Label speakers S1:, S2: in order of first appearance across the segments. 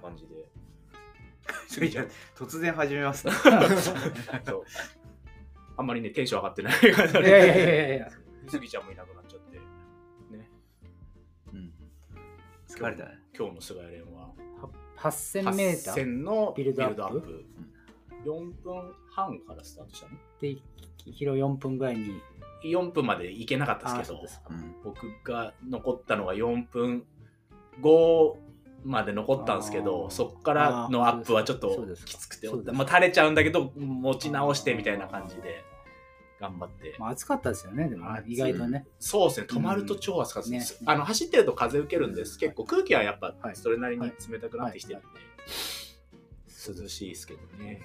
S1: 感じで。
S2: それじゃ突然始めますね。
S1: そうあんまりね、テンション上がってない感じ
S3: いやいやいやいやいや。
S1: スギちゃんもいなくなっちゃって、
S2: うん、疲れたね。
S1: 今日の菅谷蓮は
S3: 8000メーターっ
S1: 8000のビ
S3: ビ
S1: ル
S3: ル
S1: ド
S3: ド
S1: ア
S3: ア
S1: ッ
S3: ップ
S1: プ。4分半からスタートしたね。
S3: て、広4分ぐらいに。
S1: 4分まで行けなかったですけど
S3: あそうです、
S2: うん
S1: 僕が残ったのが4分5まで残ったんですけ
S3: あ
S1: ど、
S3: ー
S1: そこからのアップはちょっ
S3: そ
S1: と
S3: うですか
S1: きつくて、
S3: そうです
S1: まあ、垂れちゃうんだけど、持ち直してみたいな感じで頑張って。
S3: まあ、暑かったですよね、でもね
S1: 暑い
S3: 意外とね。
S1: そうですね、止まると超暑かったです、
S3: うんね
S1: あの走ってると風受けるんです、結構空気はやっぱ
S3: はい
S1: それなりに冷たくなってきてるんで、
S3: い
S1: 涼しいですけどね、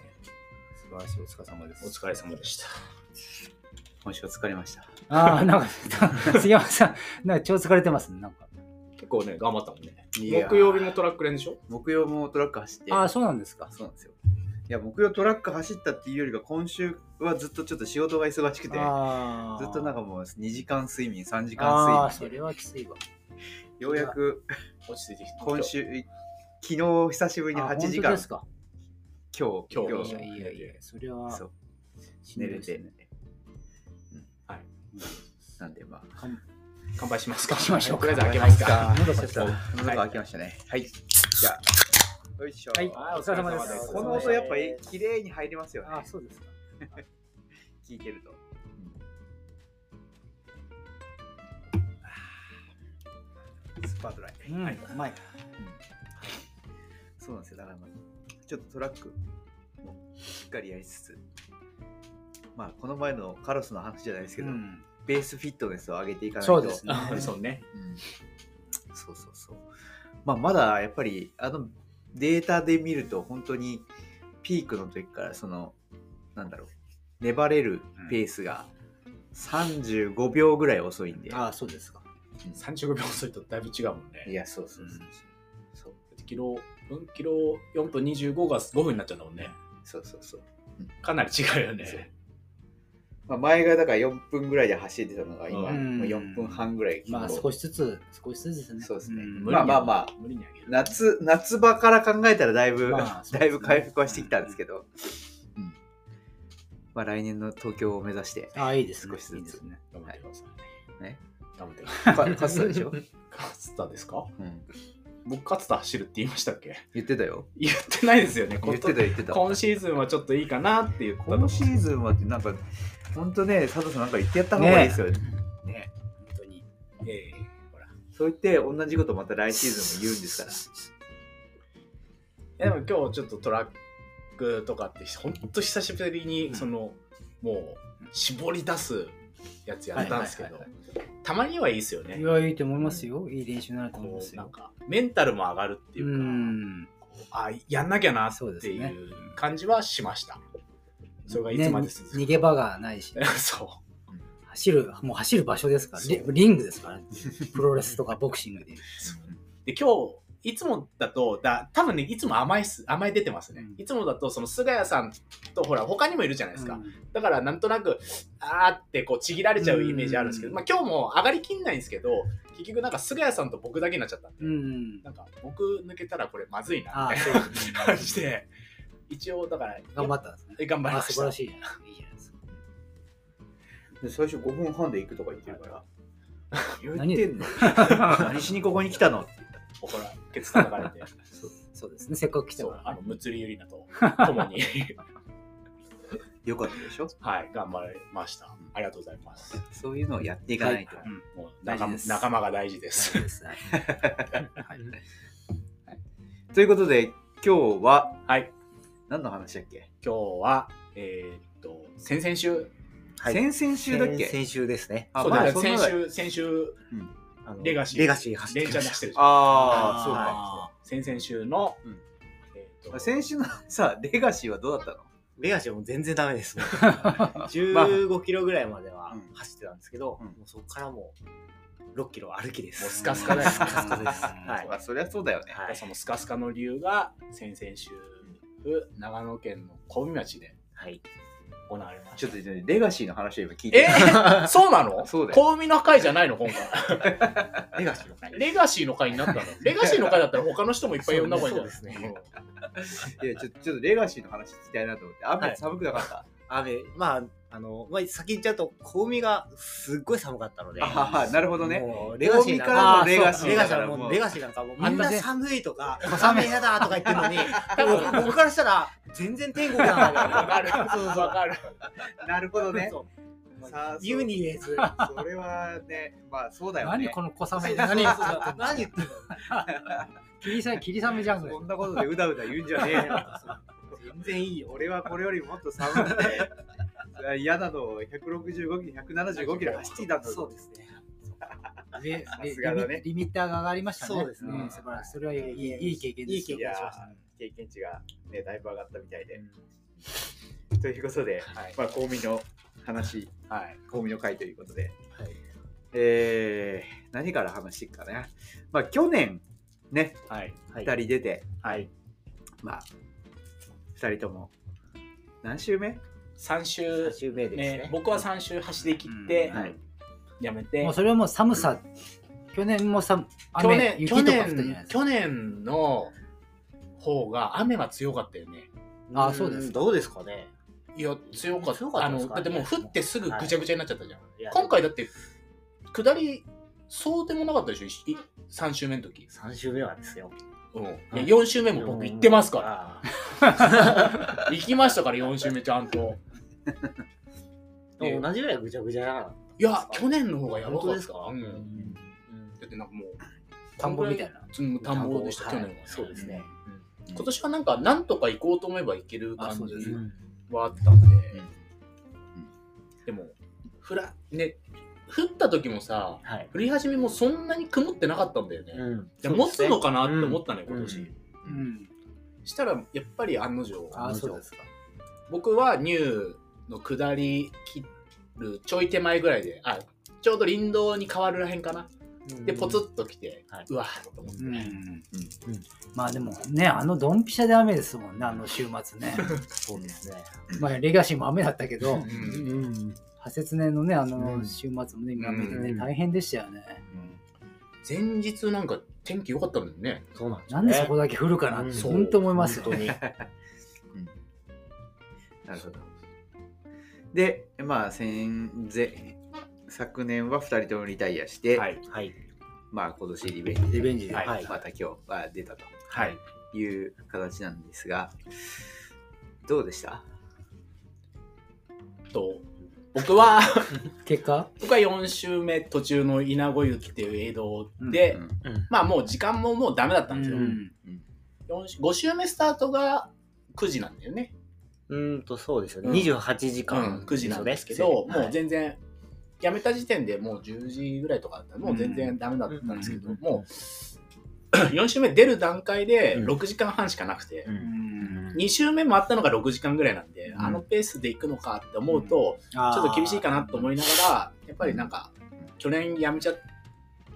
S3: 素晴らしい、お疲れ様
S1: お
S3: で
S1: 疲れ様でした。
S2: 今週は疲れました。
S3: ああ、なんか、 杉山さん、なんか超疲れてますね、なんか。
S1: 結構ね、頑張ったもんね。
S2: いやー
S1: 木曜日のトラック連でしょ
S2: 木曜もトラック走って。
S3: ああ、そうなんですか。
S2: そうなんですよ。いや、木曜トラック走ったっていうよりか、今週はずっとちょっと仕事が忙しくて、
S3: ああ
S2: ずっとなん
S3: か、
S2: かもう2時間睡眠、3時
S3: あ
S2: 間
S3: あ、そ
S2: 睡
S3: れ
S2: 眠。
S3: はきついわ。
S2: ようやく
S1: 落ち着いてきた。
S2: 今週、昨日久しぶりに
S3: あ
S2: 8時間、
S3: 本当で
S2: 今
S3: すか。
S2: 日、
S1: 今日
S3: い
S1: 今
S3: や
S1: 日
S3: いやいやいや、それは
S2: そう、
S3: しん
S2: 寝
S3: どい
S2: れ
S3: です
S2: て。
S3: ね。
S2: うん
S1: はい
S2: なんでまあ。
S1: 乾杯しますか。
S3: しましょう
S1: とりあえず開けますか。
S3: 喉
S2: 喉が開きま
S3: が開きまし
S2: した。喉が開きましたね。はい。じゃあ、よいしょ。
S3: はい
S1: はい
S3: お疲れ様です
S2: この音やっぱり綺麗に入りますよ
S3: ああ、
S2: ね。
S3: そうですか。
S2: 聞いてると。スパートライ。
S3: うん、うまい。
S2: そうなんですよ。だから、まあ、ちょっとトラックもしっかりやりつつ、まあ、この前のカロスの話じゃないですけ
S3: う
S2: ど、
S3: ん、
S2: ベースフィットネスを上げていかないと。
S3: そうですね。
S1: あそうね。
S2: うんそうそうそう。まあ、まだやっぱり、あの、データで見ると、本当に、ピークの時から、その、なんだろう、粘れるペースが35秒ぐらい遅いんで。
S3: ああ、そうですか。
S1: 35秒遅いとだいぶ違うもんね。。
S2: いや、そうそううそうん
S1: そうキロ、うんキロ4分25が5分になっちゃうんだもんね。
S2: そうそうそう。
S1: かなり違うよ
S2: そう
S1: ね。
S2: まあ、前がだから4分ぐらいで走ってたのが、今、
S3: うん
S2: もう4分半ぐらい。
S3: まあ、少しずつ、少しずつですね。
S2: そうですね。
S3: うん
S2: まあまあまあ、
S1: 無理にあげる。
S2: 夏夏場から考えたらだいぶ、
S3: ま あそう
S2: だ
S3: ですね
S2: いぶ回復はしてきたんですけど、うんまあ、来年の東京を目指 して
S3: ああ、いいですね。
S2: 少しずつ
S3: いいですね。
S1: 頑張ってください。
S2: ね。
S1: 頑張ってくだ さい。
S2: か勝つた でしょ、
S1: 勝田ですか
S2: うん
S1: 僕勝田走るって言いましたっけ
S2: 言ってたよ
S1: 言ってないですよね。
S2: 言ってた言ってた
S1: 今シーズンはちょっといいかなって言ったと
S2: 今シーズンはってなんか本当ね佐藤さんなんか言ってやった方がいいですよね
S1: ね。
S3: 本当に。
S1: ええほら。
S2: そう言って同じことまた来シーズンも言うんですから
S1: えでも今日ちょっとトラックとかってほんと久しぶり
S3: うん
S1: にその、もう絞り出すやつやったんですけど、たまにはいいですよね
S3: い。や、いいと思いますよ。いい練習になると思いま
S1: こ
S3: す
S1: うなん
S3: よ。
S1: かメンタルも上がるっていううか、
S3: ん。
S1: あやんなきゃなって
S3: そうです
S1: い
S3: ね
S1: う感じはしました。それがいつまで続くか、
S3: ね逃げ場がな いし、
S1: そう。
S3: 走る、もう走る場所ですから、
S1: そう
S3: リリングですから、プロレスとかボクシングで。
S1: で今日いつもだとだ多分ねいつも甘いっす甘い出てますね、
S3: うん
S1: いつもだとその菅谷さんとほら他にもいるじゃないですか、
S3: うん
S1: だからなんとなくあーってこうちぎられちゃうイメージあるんですけど、
S3: うん
S1: まあ、今日も上がりきんないんですけど結局なんか菅谷さんと僕だけになっちゃったんで、
S3: うん。
S1: なんか僕抜けたらこれまずいな
S3: あ
S1: み
S3: あ、
S1: た
S3: そ
S1: いうな
S3: ですね
S1: 感じで一応だから
S3: 頑張ったんですね。
S1: 頑張り
S3: あ
S1: まし
S3: 素
S1: た
S3: 晴らしいじゃない。いいじゃないですか。
S2: で最初5分半で行くとか言ってる から
S3: 何
S2: 言ってんの 何 しにここに来たのって
S1: 怒らケツ叩かれて
S3: そうですね。せっかく 来た
S1: そ
S3: か
S1: う
S3: ら。
S1: あのむつりゆりなと共 に
S2: よかったでしょ
S1: はい頑張りましたありがとうございます
S2: そういうのをやっていかないと、
S3: はいうん
S1: もう仲
S3: 大事
S1: 間
S3: です
S1: 仲間が大事です
S3: そうで すね。
S2: ということで今日 は
S1: はい、
S2: 何の話だっけ、
S1: 今日は、えーっと、先々週、
S2: 先々週だっけ
S4: 先週ですね。
S2: あ
S1: そう
S2: まあ
S1: だから
S2: そんな
S1: 先週、先週、
S4: あの
S1: レガシー、
S4: レガシー走っ
S1: レ
S4: て
S1: ン
S4: き
S1: チャ
S4: ま
S1: ン
S4: し
S1: 出してるじゃん
S2: ああ、そうか。
S3: あ
S1: 先々週の、
S2: うん
S1: えーっと
S2: 先週のさ、レガシーはどうだったの
S4: レガシーはもう全然ダ メです。
S2: まあ
S4: 15キロぐらいまでは
S2: うん
S4: 走ってたんですけど、
S2: うん
S4: もうそこからもう6キロ歩きです。
S1: もうスカスカだよ
S4: スカス カです。はい。
S2: あそりゃそうだよね。
S4: はい
S1: そのスカスカの理由が、先々週、長野県の小海町で
S4: はい。行われま
S2: ち
S4: し
S2: ょっとレガシーの話を今聞い
S1: え
S2: て
S1: ー、そうなの
S2: そうだよ
S1: 小海の会じゃないの今回。
S2: レガシーの回
S1: レガシーの会にな ったの。レガシーの会だったら他の人もいっぱい呼んだ方がいいんじゃない
S4: そうですね
S1: うん
S2: いやちょちょっとレガシーの話聞きたいなと思ってあんま
S4: は
S2: り
S4: い
S2: 寒くなかった、
S4: た雨まああの、まあ、先言っちゃうと小海がすっごい寒かったので
S2: あははなるほどね
S4: もうレガシー
S2: 大見
S4: なん
S2: から
S4: か
S2: のレガシー
S4: レ
S2: だ
S4: ガシ
S2: か
S4: ー
S2: ら
S4: はも
S2: もう
S4: うレガシーなんかもう
S3: み
S4: み
S3: ん
S4: ん
S3: な
S4: な
S3: ぜ
S4: 寒いとか雨嫌だとか言ってるの に多分僕からしたら全然天国なんだ
S1: わか る。
S4: そうそう
S1: わかる。
S2: なるほどね
S4: そう
S2: さあ
S4: 言うに言えず
S2: そうそれはねまあそうだよ
S3: 何
S2: ね
S3: この小雨何
S4: 何言ってんの何言ってんの
S3: 霧雨霧雨じゃん
S2: こんなことでうだうだ言うんじゃねえよ
S4: 全然いいよ
S2: 俺はこれよりもっと寒くて それは嫌なのを165キロ175キロ走っていたんだ
S4: そ
S2: ぞ
S4: うですね
S3: で
S2: さ
S3: リ
S2: すがだね
S3: ミリミッターが上がりましたね
S4: そうですね
S3: ん
S4: 素晴らしい
S3: それはいいいい経験です
S4: いい経験
S2: いや
S4: しまし
S2: ー経験値がねだいぶ上がったみたいで、ということで、
S4: はい
S2: まあ、香味の話
S1: はい。
S2: 香味の会ということで、
S4: はい
S2: えー何から話していくかねまあ去年ね
S1: はい。
S2: 2
S4: はい
S2: 人出て、
S1: はい。
S2: まあ2人とも何週目
S1: 3週
S4: 三、週目です
S1: ね
S4: ね、
S1: 僕は3週走り切って、
S2: うんはい
S1: やめて
S3: もう。それはもう寒さ去年もさ
S1: 去
S3: 雨
S1: 年、
S3: 雪
S1: 去
S3: とか降ったじゃな
S1: 年、
S3: いですか
S1: 去年の方が雨が強かったよね。
S3: あそうです
S4: んどうですかね
S1: いや、強かった。
S4: 強かった
S1: あ
S4: で
S1: の、
S4: すか
S1: だってもう降ってすぐぐちゃぐちゃになっちゃったじゃん。
S4: いや
S1: 今回だって、下り、そうでもなかったでしょいい ?3 週目の時。
S4: 三週目はですよ
S1: うん。
S4: はい
S1: いや、4週目も僕行ってますから。
S4: ら
S1: 行きましたから、4週目ちゃん と。
S4: でも同じぐらいぐちゃぐちゃな。
S1: いや、去年の方がやばかった。
S4: 本当ですか
S1: うん。
S4: うん
S1: だってなんかもう、
S3: 田んぼみたいな
S1: うん田んぼでした、
S4: はい
S1: 去年はね。
S4: そうですね。
S1: うん今年はなんか、なんとか行こうと思えば行ける
S3: あ
S1: 感
S3: そうです
S1: じ
S3: ね
S1: はあったんで。
S2: うん
S1: でも、ふら、ね、降った時もさ、
S4: はい。
S1: 降り始めもそんなに曇ってなかったんだよね。
S4: うん。
S1: で持つのか
S4: か。
S1: なって思ったのよ、今年。
S3: うん
S1: したら、やっぱり案の定、
S3: ああそうですか
S1: 僕はニューの下り切るちょい手前ぐらいで、あ、ちょうど林道に変わるらへんかな。で、ポツッと来て、
S4: はいう
S1: わーっと思って。
S3: うんまあでもねあのドンピシャで雨ですもんねあの週末ね
S4: そうですね。
S3: まあレガシーも雨だったけど
S1: うん
S4: ん。
S3: 破雪年のねあ
S4: う
S3: の
S4: ん
S3: 週末もね今雨でね
S4: うん
S3: 大変でしたよね
S1: 前日なんか天気良かったのにね。
S4: そうなんです
S3: なんでそこだけ降るかなって
S4: そう
S3: 本当思いますよ
S4: 本当に。
S2: なるほど。で、まあ、先前、昨年は2人ともリタイアして、
S1: はい。
S4: はい。
S2: まあ、今年リベンジで、
S3: リベンジで
S2: はい
S4: はい
S2: また今日は出た
S1: はい。
S2: という形なんですが、どうでした
S1: と、僕は、
S3: 結果
S1: 僕は4週目途中の稲子湯っていう映像で、
S2: うん
S1: まあもう時間ももうダメだったんですよ。
S4: うん
S1: 四週5週目スタートが9時なんだよね。
S4: うーんと、そうですよね。
S1: うん
S4: 二十八時
S1: うん、
S4: 間。
S1: 9時なんですけど、
S4: はい
S1: もう全然、やめた時点でもう10時ぐらいとかだったらもう全然ダメだったんですけど、
S4: うん
S1: もう、4週目 出る段階で
S4: うん
S1: 6時間半しかなくて、
S4: うん
S1: 2週目もあったのが6時間ぐらいなんで、
S2: ん
S1: あのペースで行くのかって思うと、
S4: ち
S1: ちょ
S4: ょ
S1: っと厳しいかなと思いながら、やっぱりなんか、去年やめちゃっ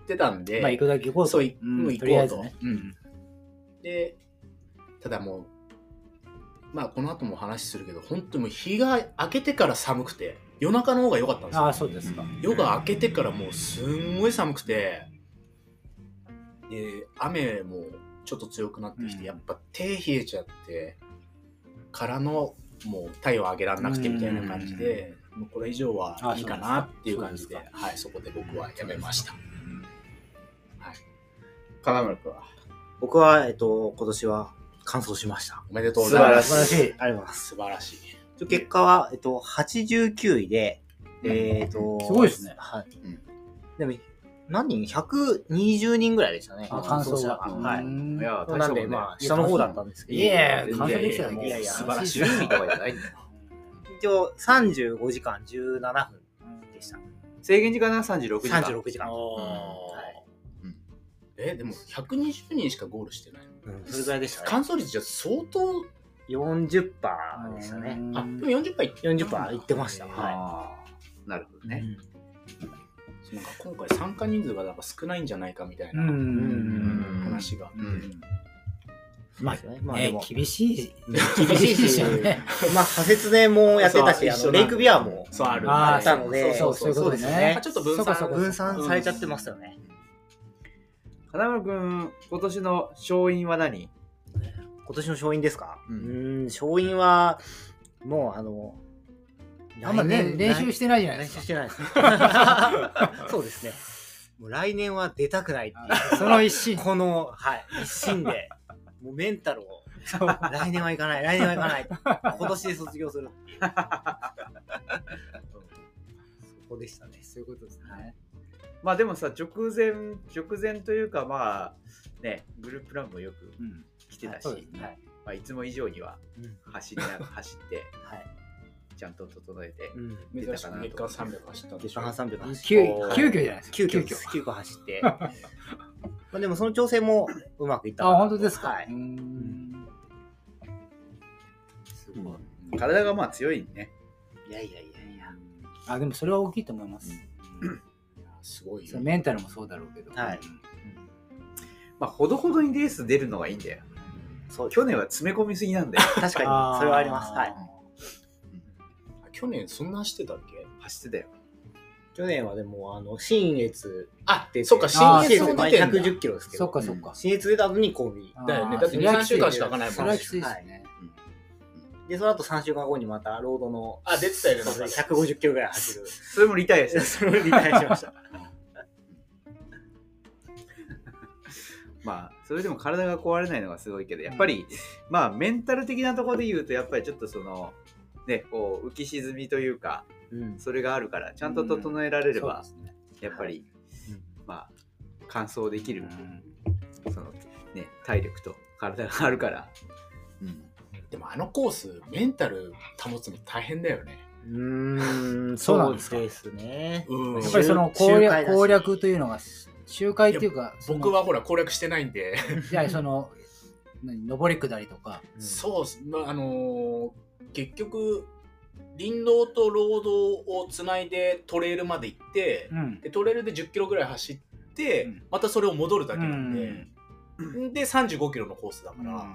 S1: てたんで、
S3: まあ行くだけ行こうと
S1: そう、い
S3: うん
S1: もう
S3: と
S1: 行
S3: り
S1: こう
S3: あえず
S1: と
S3: ね。
S1: うんで、ただもう、まあこの後も話するけど、本当もう日が明けてから寒くて、夜中の方が良かったんですよ。
S3: ああそうですか
S1: 夜が明けてからもうすんごい寒くて、で、雨もちょっと強くなってき
S3: う
S1: て、
S3: ん
S1: やっぱ手冷えちゃって、からの、もう太陽上げられなくてみたいな感じで、もうこれ以上はいいかなっていう感じで、
S3: あそう
S1: はい、そこで僕はやめました。
S2: 金村君は。
S4: 僕は、えっと、今年は完走しました。
S1: おめでとうご
S2: 素
S1: ざい
S2: 晴
S1: ま
S2: ら
S1: す。
S2: しい
S3: 素晴らしい
S4: ありがとうございます。
S1: 素晴らしい。
S4: ちょ結果は、えっと、89位で、えっと、
S3: すごいですね
S4: はい
S2: うん。
S4: でも、何人 ?120 人ぐらいでしたね。
S3: あ感想が
S4: 完走者は
S2: い
S4: い。
S2: や、大
S4: な
S2: した
S4: ん
S2: も
S4: で、
S2: んね。
S4: まあ、下の方だったんですけど。
S3: いやいや
S2: 完走でき
S3: ただけ
S1: いやいや
S4: 素
S1: 素
S4: 晴
S1: 晴
S4: ら
S1: ら
S4: し
S1: し
S4: い
S1: い。
S2: 順位とかじゃないんだよ。
S4: 一応、35時間17分でした。
S2: 制限時間は36時間。
S4: 36時間。はい
S2: うん
S1: え、でも120人しかゴールしてないの
S4: それぐらいでしたね。
S1: 完走率じゃ相当、
S4: 40%でしたね。
S1: あ、でも40杯いって
S4: 40%いってました。は
S2: あーなるほど
S4: い。
S2: ね。
S1: なんか今回参加人数がなんか少ないんじゃないかみたいな
S3: うん
S1: 話が。
S2: うん
S3: ま
S4: ですよね。まあで
S3: ね
S4: も、
S3: 厳しい、
S4: 厳
S3: 厳しい
S4: しい
S3: です
S4: し
S3: よ、ね。
S4: まあ、派切でもやってたし、
S1: そう
S4: あ
S1: 一緒
S4: の
S1: だ
S4: レイクビアも
S1: そうある
S3: あー
S1: あ
S4: あったので、
S3: そうそうそういうことね
S4: そう
S1: まあちょっと分散
S3: そうかそうか
S4: 分散されちゃってますよね。
S2: 花村君、今年の勝因は何
S4: 今年の勝因ですか
S2: う
S4: うんーん、勝因は、もうあの、
S3: あんまね、練習してないじゃないで
S4: 練
S3: す
S4: 習
S3: か。
S4: してないです ね。そうですね。もう来年は出たくないっていう。
S3: その一心。
S4: この、はい、一心で、もうメンタルを、来年は行かない、来年は行かない、今年で卒業するっていううんそこでしたね。そういうことですね。
S2: まあでもさ、直前、直前というか、まあ、ね、グループラウンドもよく
S3: うん
S2: 来てたし、
S3: そうですね
S4: はい。
S2: まあ、いつも以上には
S4: うん
S2: 走りな走って、
S4: はい。
S2: ちゃんと整えて、
S4: うん。
S1: 珍しく月間300走ったんでしょ
S4: 半300走
S3: 急
S1: おー
S3: 急遽じゃないですか。
S4: 急遽です、急遽走って。まあでもその調整もうまくいったか
S3: あ、
S4: なと
S3: 本当ですか。
S4: はいう
S3: ー。ん
S4: すごい。
S2: 体がまあ強いね。
S4: いやいやいやいや。
S3: あ、でもそれは大きいと思います。
S1: いやすごい
S3: そ
S1: よ
S3: うメンタルもそうだろうけど。
S4: はい
S2: まあ、ほどほどにレース出るのがいいんだよ。
S4: そうです
S2: 去年は詰め込みすぎなんだよ。
S4: 確かに、それはあります。はい。
S1: 去年そんなしてたっけ
S2: 走ってたよ。
S4: 去年はでも、あの、新越
S1: あ
S4: 出て、
S1: そっか
S3: あー
S1: 新越も出てんだ
S4: 110キロですけど。
S3: そっかそっか。
S4: 新越出た後にコンビ。
S1: だよね
S3: あー
S1: だって
S3: それは
S1: 2 3週間しか開かないもんね
S3: それはきついですね。
S4: で、その後3週間後にまた、ロードの、
S1: あ出てたよね
S4: そうそう150キロぐらい走る。
S2: それもリタイアしてた
S4: それを理解しま した。
S2: まあ、それでも体が壊れないのがすごいけど、やっぱり、まあ、メンタル的なところで言うと、やっぱりちょっとその、ね、こう、浮き沈みというか、
S4: うん。
S2: それがあるから、ちゃんと整えられれば、
S3: そうですね
S2: やっぱり、
S4: うん
S2: まあ、完走でき
S3: う
S2: る、
S3: ん
S2: その、ね、体力と体があるから、うん。
S1: でもあのコースメンタル保つの大変だよね
S4: うーん、
S3: そうな
S4: そ
S3: ん
S4: う
S3: ですか
S4: ですね。
S1: うん
S3: やっぱりその攻
S4: 周回だ
S3: 略
S4: し
S3: 攻略というのが、周回っていうか、その
S1: 僕。はほら攻略してないんで、
S3: いや、その、何上り下りとか。
S4: うん
S1: そうっすまああのー結局林道とロードをつないでトレイルまで行って、
S3: うん。
S1: でトレイルで1 0キロぐらい走って、
S3: うん
S1: またそれを戻るだけなんで、
S3: うん
S1: で3 5キロのコースだから、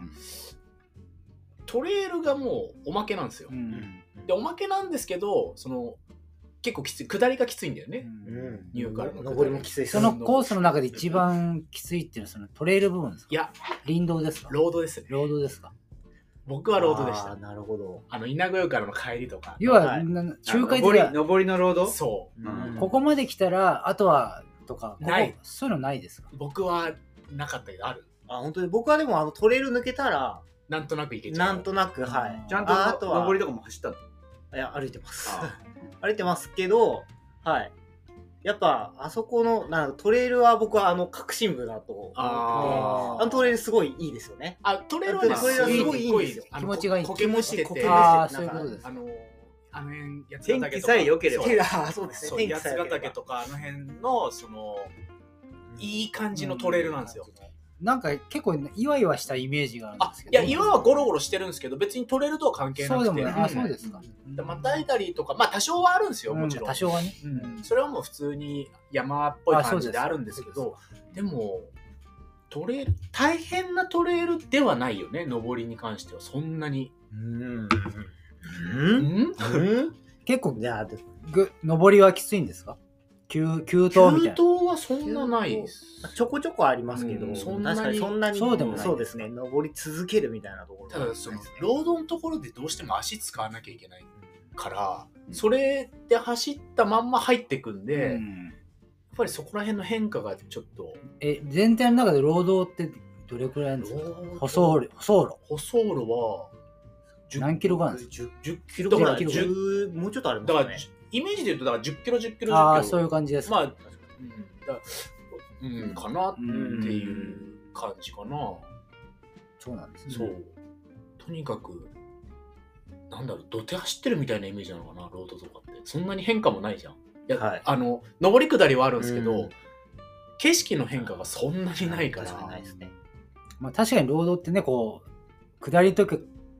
S1: トレイルがもうおまけなんですよ、
S3: うん
S1: でおまけなんですけどその結構きつい下りがきついんだよ
S3: う
S1: ね、
S4: うんん。
S1: ニューカルの下り
S4: 登りもきついです
S3: そのコースの中で一番きついっていうのはそのトレイル部分ですか
S1: いや
S3: 林道ですか
S1: ロードですね
S3: ロードですか
S1: 僕はロードでした
S4: あなるほど。
S1: あの稲子湯からの帰りとか
S3: 要は、
S4: はい
S3: な周回
S2: 上り
S3: で、
S2: 上りのロード
S1: そう
S4: うん
S2: ん
S3: ここまで来たらあとはとかここ
S1: ない
S3: そういうのないですか
S1: う僕はなかったけどある
S4: あ、本当に僕はでもあのトレイル抜けたら、
S1: なんとなくいけちゃう
S4: なんとなく、はい。
S2: ちゃん
S4: ああ
S2: と
S4: と
S2: の
S4: は
S2: 上りとかも走ったの。
S4: いや、歩いてます。
S2: あ
S4: 歩いてますけど、はい。やっぱ、あそこの、なんかトレイルは僕はあの、革新部だと思って。
S1: あ
S4: あ
S1: ー
S4: のトレイルすごいいいですよね。
S1: あトレイルは
S4: ト
S1: ね
S4: レイルはすごいいいんですよ
S1: あ
S3: 気
S1: の
S3: 持ちがいい
S1: こけむして
S4: こ
S1: て
S4: け
S3: あ
S4: ま
S3: あ
S4: して
S3: そういうことです
S1: あのあの辺やつ
S2: 天気さえ良ければ
S1: そう
S4: ああ、そうです
S1: そ
S4: ね。
S1: う
S4: 天気
S1: 八
S4: さえ
S1: ヶ
S4: 良け
S1: 岳
S4: れば
S1: とかあの辺のそのいい感じのトレイルなんですよ、
S3: なんか結構イワイワしたイメージがあるん
S1: あ
S3: ですけ
S1: い
S3: ど
S1: や岩はゴロゴロしてるんですけど別にトレイルとは関係な
S3: そう
S1: くて
S3: でもないあそうですか、
S1: うんでまたいだりとかまあ多少はあるんですよもちろん、
S3: 多少はね、
S1: うんそれはもう普通に山っぽい
S3: あそ
S1: 感
S3: うです
S1: じであるんですけ
S3: そう
S1: どでもトレイル大変なトレイルではないよね登りに関してはそんなに
S4: うん。
S1: う
S4: うん
S1: ん
S4: うん
S3: 結構
S4: じゃあ、で
S3: ぐ上りはきついんですか急急登みたい
S1: 急
S3: な
S1: 登はそんなないです
S4: ちょこちょこありますけど、
S1: うん
S4: 確かにそんなに、
S3: そうでもない
S4: そうですね。登り続けるみたいなところ
S1: た
S4: は
S1: だその
S4: ないですね
S1: ロードのところでどうしても足使わなきゃいけないから、
S2: うん
S1: それで走ったまんま入ってくんで、
S3: う
S1: やっ
S3: ん
S1: ぱりそこら辺の変化がちょっと
S3: え全体の中で労働ってどれくらいなんですか舗装路舗装
S1: 舗装路は10
S3: 何キロぐらいなんです
S1: 10 10キロ
S4: だ
S1: ぐ
S4: からら
S1: い10
S4: 10もうちょっとあります
S1: だ
S4: よ
S1: から
S4: ね。
S1: イメージで言うとだから10キロ10キ
S3: 路
S1: ロ
S3: ああ
S1: 10
S3: ー
S1: キ
S3: そう
S1: ロ
S3: いう感じです
S1: ま
S3: か、
S1: あうんだからうんかなっていう感じかな、
S3: そうなんですね
S1: そうとにかくなんだろう土手走ってるみたいなイメージなのかなロードとかってそんなに変化もないじゃんいや、
S4: はい
S1: あの上り下りはあるんですけど、
S4: うん
S1: 景色の変化がそんなにないから
S4: 確かにないですね。
S3: まあ、確かに労働ってねこう下りとか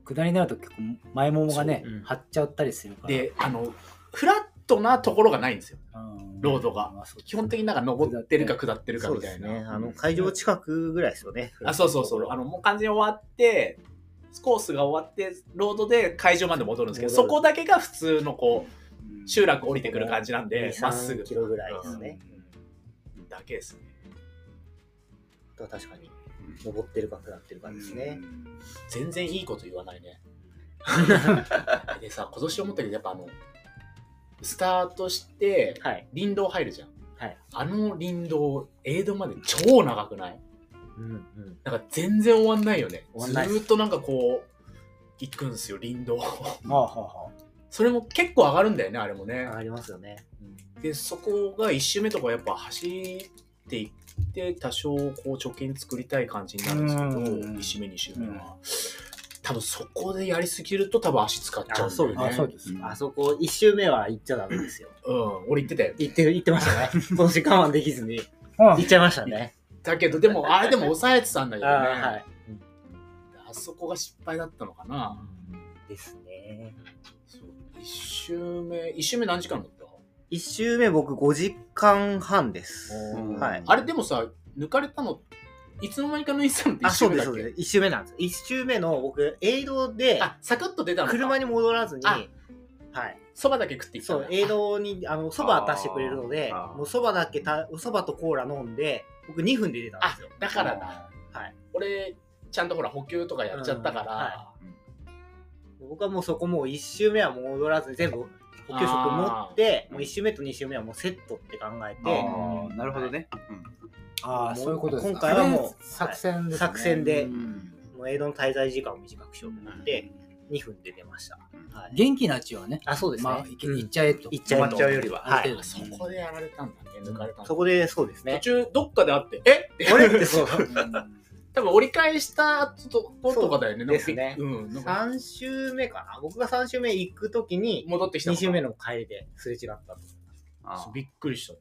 S3: 下りになると結構前ももがね、
S4: そううん
S3: 張っちゃったりするから、
S1: であのフラットなところがないんですよ
S3: うん
S1: ロードが
S3: まあそう
S1: 基本的になんか登ってるか下ってるか
S4: そう
S1: み
S4: で
S1: たい
S4: す
S1: な。
S4: ね。あの、会場近くぐらいですよね。
S1: あそうそうそうあのもう完全に終わってコースが終わってロードで会場まで戻るんですけど
S4: 戻
S1: そ
S4: る
S1: こだけが普通のこ
S3: うん
S1: う集落降りてくる感じなんで
S4: 2
S1: まっすぐ
S4: 3キロぐらいですね。
S1: うんだけですね
S4: だから確かに、登ってるか下ってるかですね。
S1: 全然いいこと言わない ねでさ今年思ったけどやっぱあのスタートして
S4: はい。
S1: 林道入るじゃん、
S4: はい
S1: あの林道エイドまで超長くない
S4: うんうん。
S1: なんか全然終わんないよね
S4: 終わんない
S1: ずーっとなんかこう行くんですよ林道
S3: はあはあはあ
S1: それも結構上がるんだよね、あれもね。
S4: ありますよね。
S1: で、そこが1周目とかやっぱ走っていって、多少こう貯金作りたい感じになるんですけど、
S3: うんうんうん
S1: 1周目、2周目は。多分そこでやりすぎると多分足使っちゃうんだよね。
S3: あそうです
S4: あそこ、一周目は行っちゃダメですよ。
S1: うん、俺言ってたよ。
S4: 行って、行ってましたね。今年我慢できずに、
S3: うん
S4: 行っちゃいましたね。
S1: だけど、でも、あれでも抑えてたんだけ
S4: あ
S1: どね。
S4: あ、はい。
S1: あそこが失敗だったのかな。
S4: ですね。
S1: そう1周目、1周目何時間だった
S4: 一周目僕5時間半です。
S1: うん
S4: はい。
S1: あれでもさ、抜かれたの、いつの間にか抜いてたのって1
S4: あ、
S1: 周
S4: そう
S1: 目
S4: で
S1: だ
S4: す、
S1: っけ
S4: そうです。一周目なんです。一周目の僕、エイドで、
S1: あ、サクッと出たのか
S4: 車に戻らずに、
S1: あ
S4: はい。
S1: そばだけ食っていった
S4: そ
S1: ん
S4: う
S1: だ、
S4: エイドに、あの、蕎麦出してくれるので、
S2: あー
S4: もう蕎麦だけた、蕎麦とコーラ飲んで、僕2分で出たんで
S1: あ
S4: すよ。
S1: だからだ
S4: はい。
S1: 俺ちゃんとほら補給とかやっちゃったから、
S4: うんは僕はもうそこもう1周目は戻らずに全部補給食持って、もう1周目と2周目はもうセットって考え
S2: あ
S4: て、
S2: ーなるほどね。
S3: ああそういうことですか
S4: 今回はもう
S3: それ作戦ですね
S4: 作戦で
S3: うん
S4: もうエイドの滞在時間を短くしようと思って、2分で出ました。はい。
S3: 元気なうちはね
S4: あ、そうですね。
S3: まあいけいっちゃえと
S4: いっちゃえと
S3: 止まあ
S4: はい
S3: る程度
S1: そこでやられたんだね抜かれたんだ
S4: そこでそうです
S1: 途
S4: ね。
S1: 中どっかであってえって
S4: 俺ってそう。
S1: 多分折り返した後とことかだよね
S4: そうですね
S1: うんなんか
S4: 3周目かな僕が3周目行くときに、
S1: 戻ってきた
S4: 2
S1: のか
S4: 周目の帰りですれ違ったと。
S2: あ
S1: そうびっくりした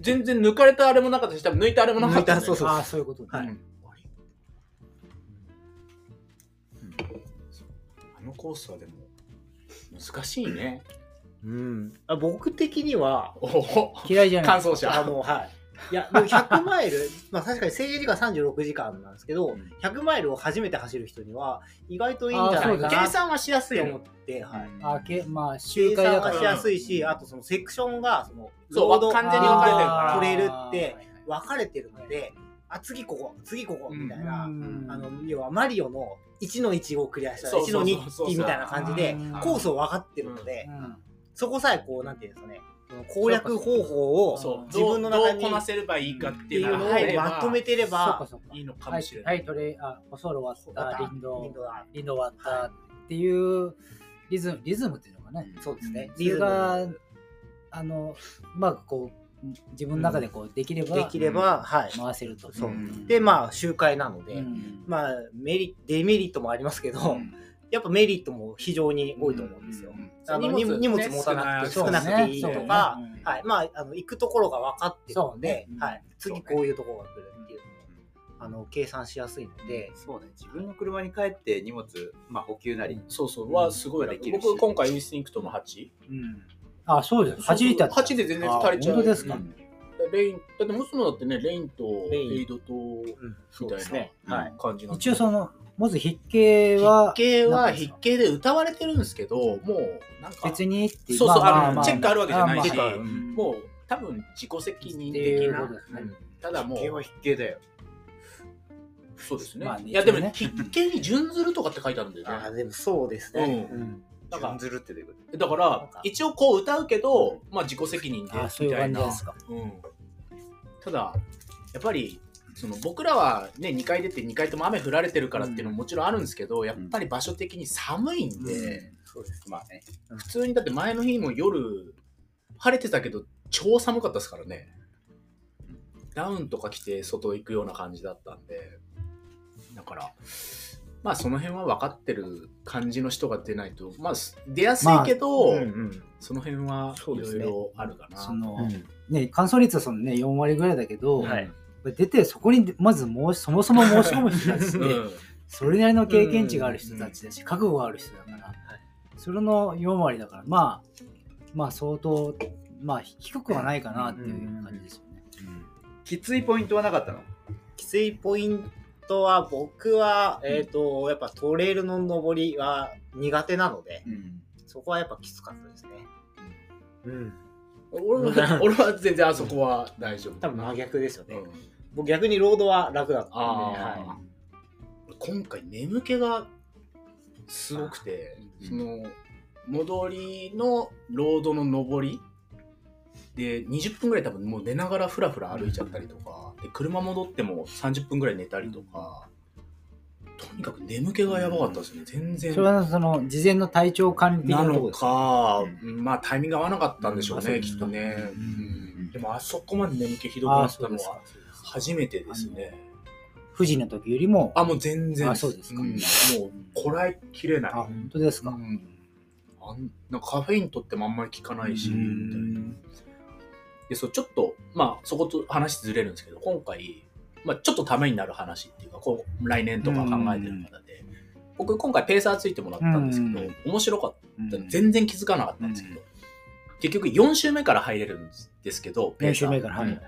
S1: 全然抜かれたあれもなかったし多分抜いたあれもなかったんだよね、
S4: 抜いたそうそう
S3: ああそういうことね
S4: はい
S1: うんあのコースはでも難しい ね
S4: うん。あ僕的には、
S1: おお
S3: 嫌いじゃない
S1: 感想者
S4: あの、はい。いや、でも100マイル、 まあ確かに制限時間36時間なんですけど、100マイルを初めて走る人には、意外といいんじゃないか
S3: あそうだ
S1: 計
S4: なっ
S1: 算はしやすい
S4: て
S1: よね
S4: 思って、はい。
S3: あけまあ周
S4: 計
S3: 回だ
S4: 算
S3: か
S4: は
S3: ら
S4: しやすいし、あとそのセクションが、その、
S1: そう
S4: ロード
S1: 完全に分かれてるから
S4: トレイルって
S3: あ
S4: 分かれてるので、あ、次ここ、次ここ、みたい
S3: ー
S4: な、
S3: うん
S4: あの、要はマリオの1の1をクリアしたら
S1: そう
S4: 1
S1: そ
S4: の
S1: うそう
S4: 2みたいな感じで
S3: うん、
S4: コースを分かってるので、
S3: うん
S4: そこさえこう、なんていうんですかね、その攻略方法を、
S1: そう
S4: 自分の中に
S1: どうどうこなせればいいかって
S4: ってい
S1: いう
S4: う
S1: の
S4: の
S1: を
S4: をまとめてれば、
S3: そうかそうか
S1: いいのかもしれな、
S3: はいい、はい、トレイあ、おそろ終わった、林
S4: イ
S3: 道
S4: ン、ドだ
S3: 林道終わったっていうリズム、リズムっていうのかね。
S4: そうですね。
S3: それが、あの、うまくこう、自分の中でこう、できれば
S4: できれば、はい。
S3: 回せると。
S4: そう
S3: うん
S4: で、まあ、集会なので、
S3: うん
S4: まあ、メリデメリットもありますけど、
S1: うん
S4: やっぱメリットも非常に多いと思うんですよ。あの荷物荷物持たなくて
S1: 少
S4: 少
S1: な
S4: な
S1: く
S4: く
S1: て
S4: ていいと
S3: そうね
S4: か、
S3: そうね
S4: はい、まああの行くところが分かってるので、
S3: そうね
S4: はい、
S2: そう
S4: 次
S2: ね
S4: こういうところが来るっていうのもあの計算しやすいので、
S2: そうね。自分の車に帰って荷物、まあ補給なり。
S1: そうそうはすごい
S2: うん
S1: で
S2: でき
S1: き
S2: るし
S1: 僕今回インスティンクトの8
S3: うんあ、そうです。8リッターって。
S1: 8で全然足りちゃう
S3: あ本当ですか。
S1: んレインだってもつのだってねレインと
S4: レイン
S1: エイドと
S4: うん、
S1: みたい
S2: うん
S1: な
S4: はい。
S1: 感じなんで
S3: 一応その、まず筆形は、
S1: 筆形
S3: な
S1: は
S3: んてい
S1: 筆
S3: うんで
S1: 形で
S3: すか
S1: 歌われてるんですけどもうなんか
S3: 別にってい
S1: そうそう
S3: まま
S1: あ
S3: ま
S1: のチェックあるわけじゃないし
S3: あまあ
S2: うん
S1: もう多分自己責任
S3: ってい
S1: 的
S3: う
S1: な
S3: ことですね
S1: うんただもう
S2: 筆形は筆形だよ。
S1: そうですね
S3: まあね
S1: いやで
S3: 一
S1: も
S3: 応ね
S1: 筆形に準ずるとかって書いてあるんだよね
S4: あーでもそうですね。
S1: う
S4: うん
S1: だか
S2: だかららずるってどういうこと
S1: だか
S4: なん
S1: ら
S4: か
S1: 一応こう歌うけど、まあ、自己責任で
S3: あそうい
S1: み
S3: う
S1: たい
S3: 感じ
S1: な
S3: ですか。
S1: うんただやっぱりその僕らはね2回出て2回とも雨降られてるからっていうのももちろんあるんですけど、やっぱり場所的に寒いんで、
S2: そうです。まあね。
S1: 普通にだって前の日も夜晴れてたけど超寒かったですからねダウンとか着て外行くような感じだったんでだからまあその辺は分かってる感じの人が出ないとまあ出やすいけど、
S4: うんうん
S1: その辺は
S4: そう
S1: い
S4: で
S1: ろ
S4: す
S1: い
S4: ね
S1: ろあるかな。
S3: その、ね、乾燥率はそのね、4割ぐらいだけど、
S4: はい
S3: 出てそこにまず申しそもそも申し込む人たちって、
S1: うん
S3: それなりの経験値がある人たちだし、覚悟がある人だから、それの4割だからまあまあ相当まあ低くはないかなっていう感じですよね。
S2: きついポイントはなかったの
S4: きついポイントは僕は、えっ、と、やっぱトレイルの登りは苦手なので、
S2: うん。
S4: そこはやっぱきつかったですね。うん。
S1: 俺は俺は全然あそこは大丈夫。
S4: 多分真逆ですよ
S1: う
S4: ね。
S1: ん、
S4: 僕逆にロードは楽だったんで、
S1: あ
S4: は
S1: あ、今回眠気がすごくて、
S2: うん
S1: その戻りのロードの上りで20分ぐらい多分もう寝ながらふらふら歩いちゃったりとか、で車戻っても30分ぐらい寝たりとか、とにかく眠気がやばかったですね全然
S3: それはその事前の体調管理的
S1: な
S3: なとこ
S1: の
S3: ですか
S1: か、まあタイミング合わなかったんでしょうね、
S3: うん
S1: きっとね、
S3: う
S1: うんでもあそこまで眠気ひどくなった
S3: あそう
S1: の
S3: ですか
S1: は初めてですね
S3: 富士の時よりも
S1: あもう全然
S3: あそうですか
S1: んもうこらえきれない
S3: あ本当ですか、
S1: うんあんなんかカフェイン取ってもあんまり効かないし、
S3: う
S1: みたいなんでそうちょっとまあそこと話ずれるんですけど今回、まあ、ちょっとためになる話っていうかこう来年とか考えてる方で、僕今回ペーサーついてもらったんですけど、
S3: う
S1: 面白かった
S2: うん
S1: 全然気づかなかったんですけど、結局4週目から入れるんですけど、
S3: 練習メーカーの
S1: うん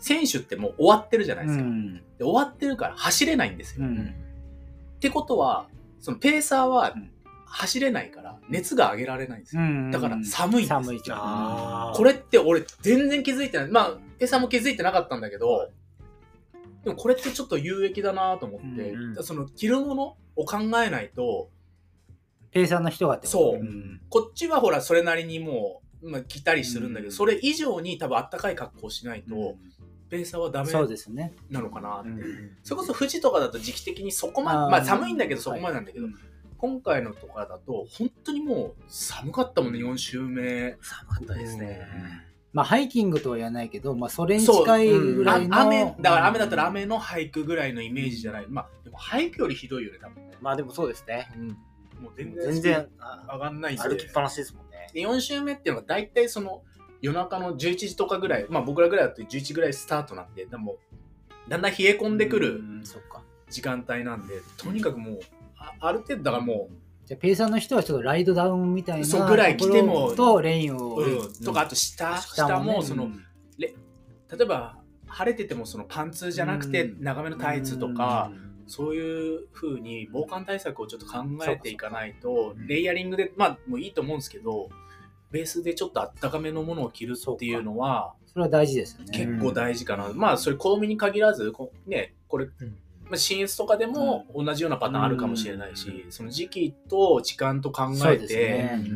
S1: 選手ってもう終わってるじゃないですか、
S3: ん
S1: で終わってるから走れないんですよ。
S3: う
S1: っ
S3: ん
S1: てことはそのペーサーは
S3: うん
S1: 走れないから熱が上げられないんです
S3: う
S1: よ、
S3: ん
S1: だから寒いんですよ
S3: 寒いじゃん
S4: あー
S1: これって俺全然気づいてないまあペーサーも気づいてなかったんだけどでもこれってちょっと有益だなと思って、
S3: うん
S4: うん
S1: だからその着るものを考えないと
S3: ペーサーの人がってこと
S1: そう
S3: うん
S1: こっちはほらそれなりにもう、まあ、着たりするんだけど、それ以上に多分あったかい格好をしないと、ペーサーはダメ
S3: そうですね
S1: なのかなって
S4: い。
S1: それこそ富士とかだと時期的にそこまで
S3: あー
S1: まあ寒いんだけどそこまでなんだけど、
S3: はい
S1: 今回のとかだと本当にもう寒かったもんね4週目
S4: 寒かったですね。
S3: まあハイキングとは言わないけどまあそれに
S1: そう
S3: 近いぐら
S1: あ
S3: いの
S1: 雨だから雨だったら雨の俳句ぐらいのイメージじゃない、まあでも俳句よりひどいよね多分ね、
S4: まあでもそうですね。
S1: もう全然
S4: 全然あ
S1: 上がんないんで
S4: 歩きっぱなしですもん ね。
S1: で4週目っていうのが大体その夜中の11時とかぐらいまあ僕らぐらいだと11時ぐらいスタートなんででもだんだん冷え込んでくる
S3: うんそっか
S1: 時間帯なんでとにかくもうあある程度だからも
S3: じゃあペーサーの人はちょっとライドダウンみたいな
S1: そうぐらい来ても
S3: ところとレインを、
S1: う、うん、とかあと下下もその例えば晴れててもそのパンツじゃなくて
S3: うん
S1: 長めのタイツとかそういう風に防寒対策をちょっと考えていかないと
S2: うん
S1: レイヤリングでまあもういいと思うんですけどベースでちょっとあったかめのものを着るっていうのは
S3: それは大事ですよね
S1: 結構大事かな、まあそれ子供に限らずこねこれ、まあ、寝室とかでも同じようなパターンあるかもしれないし、その時期と時間と考
S3: そう
S1: え
S3: で
S1: て、
S3: す
S1: やっ
S3: ね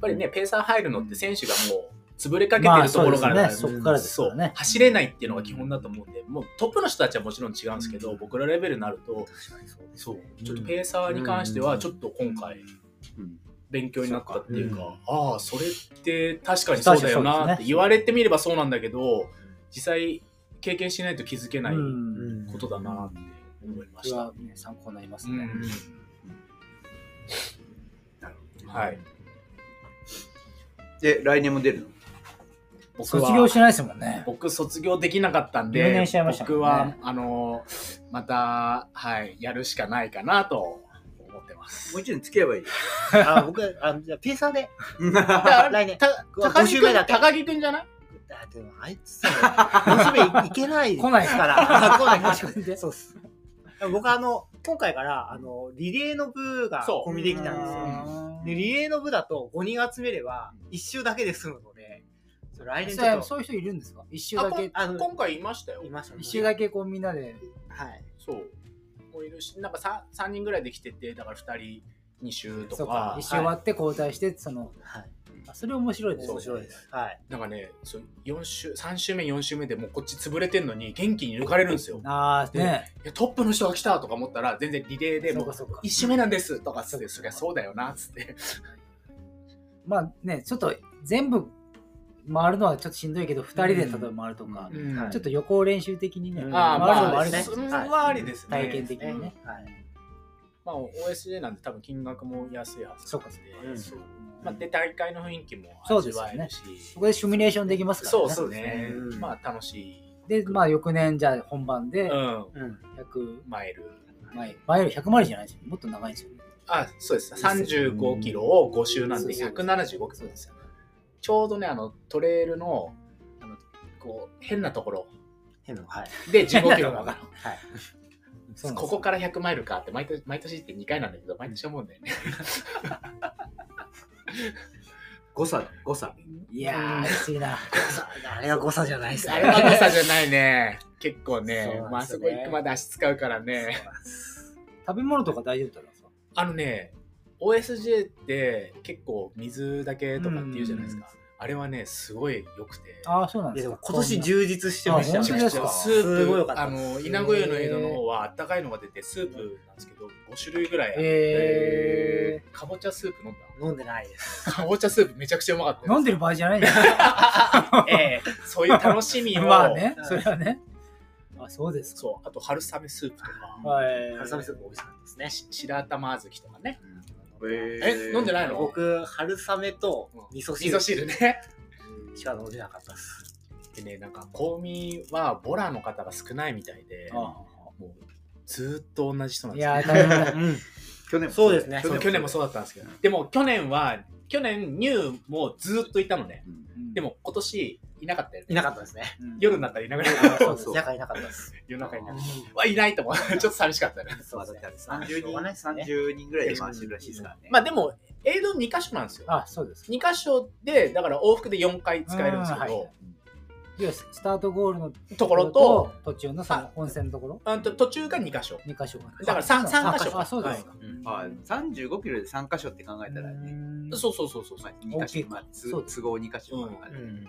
S1: ぱりねペーサー入るのって選手がもう潰れかけてるところから、
S3: まあ
S1: そ
S3: そううですねそこからですからね
S1: 走れないっていうのが基本だと思うんで、もうトップの人たちはもちろん違うんですけど、僕らレベルになるとそうちょっとペーサーに関してはちょっと今回
S2: うん
S1: 勉強になったっていうか
S4: そう
S1: ああそれって確かにそうだよ
S3: 確かにそう
S1: なって
S3: ですね
S1: 言われてみればそうなんだけど実際経験しないと気づけない
S3: うん
S1: ことだなって思いま
S3: こ
S1: し
S3: れ
S1: た。
S3: は、ね、参考になります
S1: う
S3: ね、
S1: んはい、
S2: で、来年も出るの
S1: 僕は
S3: 卒業しないですもんね
S1: 僕卒業できなかったん
S3: 留
S1: で
S3: 年しちゃいましたもんね
S1: 僕はあのまた、はい、やるしかないかなと思ってます。
S2: もう一年つけれ ばいい。
S4: あ僕あじゃあペー サーで来年。
S1: た高木
S4: 五周
S1: 君
S4: 目だけ
S1: 高木君じゃない
S4: あでもあいつさ、娘いけない
S3: 来ない
S4: から あ。来 ない
S3: 確かにね
S4: そうっす。僕あの、今回から、あの、リレーの部が
S1: そう
S4: 込みできたんですよ。
S3: よ
S4: でリレーの部だと5人集めれば1周だけで済むので、そう来年ちょ
S3: そうそうい
S4: っと
S3: う人いるんですか一周
S1: あ
S3: だ
S1: こん
S3: け
S4: あの
S1: 今回いましたよ
S4: い。ましたね。
S3: 一周だけこうみんなで
S4: はい。
S1: そう。もういるし、なんか 3, 3人ぐらいで来てて、だから2人、2週と
S3: そう
S1: か
S3: か、一周終わって交代してその
S4: はい。
S3: あそれ面白いですね
S4: 面白いです。はい。
S1: なんかね、そう4週3週目、4週目でもうこっち潰れてんのに元気に抜かれるんですよ。
S3: ああね
S1: いやトップの人が来たとか思ったら、全然リレーで
S3: そ
S1: も
S3: う
S1: う
S3: かそうか
S1: 1周目なんですとかっつって、そりゃそうだよなっつって。
S3: まあねちょっと全部回るのはちょっとしんどいけど2人で例えば回るとか、
S1: うん
S4: はい
S3: ちょっと予行練習的にね、
S2: うん
S1: ああ、
S3: 回るの
S1: ま
S3: もあ
S1: あ、
S3: り
S4: で
S3: ですす
S1: そ
S3: ね
S1: れはありですね。
S3: 体験的にね、
S4: はい。
S1: まあ、OSJ なんで多分金額も安いはず
S3: そう
S1: な
S3: か
S1: ん
S3: そ
S1: で、
S4: うん
S1: そうまあ、で、大会の雰囲気も
S3: そう
S1: 味
S3: ですよ
S1: わ
S3: ね
S1: えるし、
S3: そこでシミュレーションできますから
S1: そ
S3: ね
S1: うそうね
S4: そうですねう。ん
S1: まあ、楽しい。
S3: でまあ翌年じゃあ本番で
S1: うん、
S4: うん。
S3: 100
S1: マイル。
S3: マイルマイル100マイルじゃないですよもっと長いんですよね
S1: あ、そうです。35キロを5周なんで
S3: そうそう
S1: 175キロですよ。ちょうどね、あの、トレイルの、あの、こう、変なところ
S4: 変なのはい。
S1: で15キロが上がる。
S4: はい。
S3: そうなん
S1: こ
S3: です
S1: こから100マイルかって毎年、毎年って2回なんだけど、毎年思うんだよね。
S2: 誤差だ誤差
S3: いやー、不思議な。
S4: 誤差あれは誤差じゃないですね。
S1: あれは誤差じゃないね。 結構
S4: そうなんで
S1: ね
S4: すよ、ね
S1: まああそこ行くまで足使うからね。
S3: 食べ物とか大丈夫だったんですか
S1: あのね、OSJ って結構水だけとかって言うじゃないですか。あれはね、すごい良くて。
S3: ああ、そうなん
S4: い
S3: で
S4: や
S3: す
S4: でも
S3: か。
S4: 今年充実してました
S3: あ
S1: め
S3: 本
S1: ち
S3: 当
S1: ゃく
S3: です
S1: ち
S3: か
S1: ゃス
S4: すごい良
S1: ー
S4: か
S1: プ、
S4: った
S1: あの、稲子湯の江戸の方はあったかいのが出て、スープなんですけど、5種類ぐらいあって、
S3: へ
S1: かぼちゃスープ飲んだ。
S4: 飲んでないです。
S1: かぼちゃスープめちゃくちゃうまかったです
S3: 飲んでる場合じゃないよ。
S1: ええそういう楽しみを。
S3: まあね
S4: う、ん
S3: それはね。あ、そうですか。
S1: そう、あと春雨スープとか、
S3: はい。
S4: 春雨スープ美味しかったですね。
S1: し白玉小豆とかね。え
S2: え
S1: 飲んでないの
S4: 僕、春雨と味噌
S1: 味
S4: 汁
S1: 噌汁ね。
S4: しか飲んでなかったです。
S1: でね、なんか、香味はボラの方が少ないみたいで、
S3: あ
S1: もうずーっと同じ人なん
S3: い
S1: です
S3: や
S1: よ
S3: ー、大変だ。
S4: うん。
S2: 去年も
S4: そうですね
S1: そう去年もそうだったんですけど、でも去年は、去年ニューもずーっといたのね。でも今年いなかったよね。
S4: いなかったですね。
S3: うん、
S1: 夜になったらいなくなっ
S2: あ
S1: た。
S2: そうそう
S4: 夜中いなかったです。
S1: 夜中いなくなった。わ、いないと思う。 ちょっと寂しかったね。
S4: そうですね。
S2: 30人
S4: ね。
S2: 30人ぐらいで回してるらしいですからね
S1: まあでも、エイド2箇所なんですよ。
S3: あ、そうです。
S1: 2箇所で、だから往復で4回使えるんですけど、
S3: うんは要はスタートゴールのと
S1: ところと、、
S3: 途中のその温泉のところ、
S1: うんと途中が2箇所。
S3: 2箇所が。
S1: だから三
S3: あ
S1: 三箇所か
S3: あ、そうですか。
S2: まあ35キロで3箇所って考えたら
S3: う
S2: ね
S3: ん
S1: そうそうそうそう。
S2: まあ2箇所まあつ
S3: そう
S2: 都合2箇所
S1: う
S2: あ
S1: ん
S2: る
S4: う
S2: からね
S4: ん。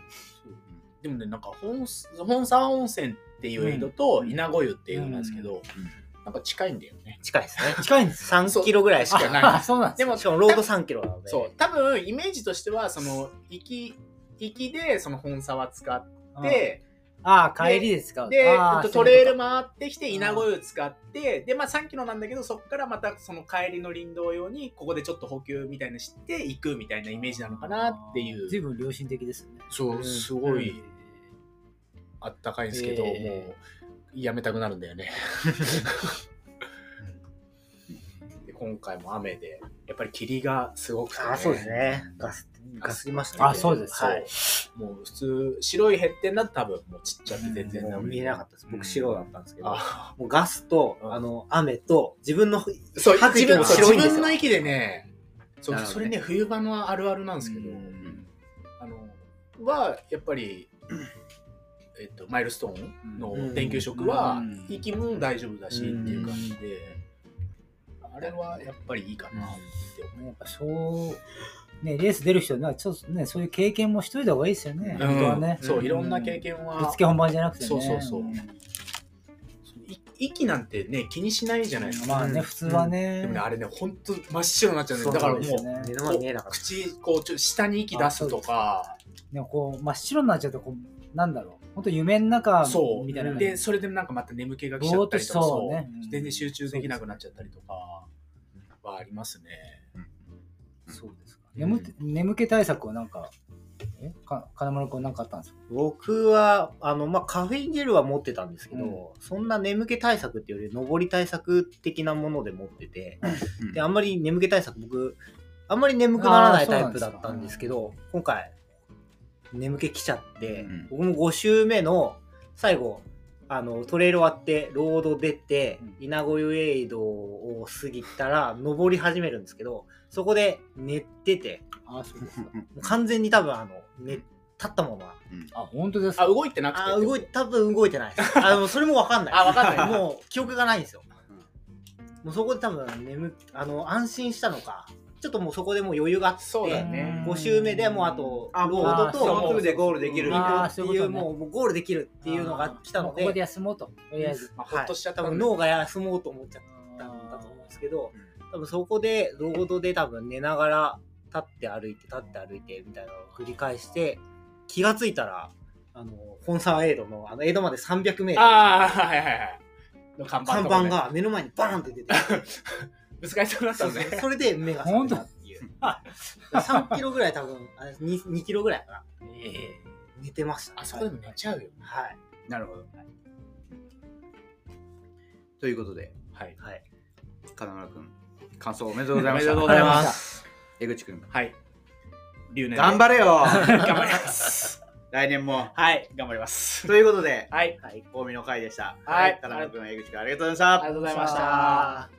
S1: でもね、なんか本す、本沢温泉っていう江戸と稲子湯っていうのなんですけど、なんか近いんだよね。
S4: 近いですね。
S3: 近いんです
S4: 3キロぐらいしかない。
S3: あ、そうなんです
S1: でも
S4: しかもロード3キロなので。
S1: そう、多分、イメージとしては、その、行き、行きで、その本沢使っ
S3: うん
S1: て、
S3: ああ、帰りですか。
S1: で、
S3: あ
S1: えっ
S3: ー
S1: とトレイル回ってきて、稲子湯使って、で、まあ3キロなんだけど、そこからまたその帰りの林道用に、ここでちょっと補給みたいなして、行くみたいなイメージなのかなってい
S3: 随
S1: う。
S3: 分良心的ですね。
S1: そう
S4: す
S1: ご
S3: えー
S1: あったかいんですけど、
S3: えー
S1: もうやめたくなるんだよね。 で今回も雨でやっぱり霧がすごくて、
S4: あ、そうですね。ガス、ガスりましたね。
S3: あ、そうです。
S1: はい。もう普通白いヘッテンだと多分もうちっちゃくて全然
S4: もう見えなか
S1: っ
S4: ったです。僕白だったんですけど。
S1: あ
S4: もうガスと、
S1: うん
S4: あの、雨と、自分の、
S1: そう
S4: 白
S1: 自
S4: 衣
S1: 分
S4: も
S1: そう
S4: 白いんで
S1: 自分
S4: すよ
S1: の。息でねそう
S2: なるほ
S1: そ
S2: どね
S1: れね冬場のあるあるなんですけど、
S2: うん
S1: あのはやっぱり、えっと、マイルストーンの電球色は
S2: うん
S1: 息も大丈夫だしっていう感じで、あれはやっぱりいいかなって
S3: ねやっぱそう、ね、レース出る人にはちょっとね、そういう経験もしといた方がいいですよね。
S1: 思う、
S3: 本当はね。
S1: そういろんな経
S3: 験。
S1: 験は、
S3: ぶつけ本番じゃなくてね。
S1: そうそうそうんい息なんてね気にしないじゃないですか、
S3: まあね、
S4: うん
S3: 普通はね。
S1: でもねあれね本当真っ白になっちゃうんだよだ
S4: そ
S1: か
S4: う
S1: らも
S4: なん
S1: う
S4: ですよ
S3: ね
S4: 目の前見えなかった。
S1: 口こうちょ下に息出すとか
S3: でもこう、真っ白になっちゃうと、こう、なんだろう。本当夢の中
S1: そう
S3: みたいな感じ。
S1: でそれでなんかまた眠気が来ちゃったりとか
S3: ぼーっとしそうねうん
S1: 全然集中できなくなっちゃったりとかはありますね
S3: そうですか。眠って眠気対策はなんか、えか金丸君なんかあったんですか
S4: 僕は、あの、まあ、カフェインジェルは持ってたんですけど、
S3: う
S4: そんな眠気対策っていうより、登り対策的なもので持ってて、で、あんまり眠気対策、僕、あんまり眠くならないタイプだったんですけど、今回、眠気来ちゃって、
S2: うん
S4: 僕も5周目の最後、あの、トレイル終わって、ロード出て
S3: うん、
S4: 稲子湯エイドを過ぎたら、登り始めるんですけど、そこで寝てて、
S3: あ、そうですか。
S4: もう完全に多分あの、寝、立ったまま。
S3: あ、本当です
S1: あ
S3: か。
S1: 動いてなくて
S4: あー、動い
S1: て
S4: 多分動いてないです。 あの、それもわかんない。
S1: あわかんない
S4: もう、記憶がないんですよ。もうそこで多分眠、あの、安心したのか、ちょっともうそこでもう余裕があって、
S1: そうだよね
S4: 5周目でもうあと、
S2: あもう
S4: ロードと、
S1: そう
S2: もうすぐでゴールできる
S3: あー
S4: って
S3: そういうこ
S4: い
S3: と
S4: う、
S3: ね
S4: もうもうゴールできるっていうのが来たの
S3: あーもうここ
S4: で
S3: で、休もうと。とりあえず。
S1: まあほっとしちゃった
S4: 多
S1: もん
S4: 分
S1: ね
S4: 脳が休もうと思っちゃったんだと思うんですけど、多分そこでロードで多分寝ながら立って歩いて立って歩いてみたいなのを繰り返して気がついたらあの本沢エイドのあの江戸まで 300m
S1: ああはいはいはいの看板
S4: 看
S1: とか
S4: 板
S1: ね
S4: が目の前にバーンって出て
S1: ぶつかりそうになった
S4: そう
S1: の
S4: そう
S1: ね
S4: それで目が覚めたっていう3キロぐらい多分あれ 2, 2キロぐらいかな寝てました、
S1: あそこでも寝ちゃうよ
S4: はい
S2: なるほどということで
S1: はい
S4: はい
S2: 金村君感想おめでとうございました
S1: おめでとうございます
S2: 江口君
S1: はい留年で
S2: 頑張れよ
S1: 頑張ります。
S2: 来年も。
S1: はい、頑張ります。
S2: ということで、
S1: はい、
S2: 近江の会でした。
S1: はい
S2: 田辺君、江口君、ありがとうございました。
S1: ありがとうございまし
S3: さ
S1: た
S3: あ。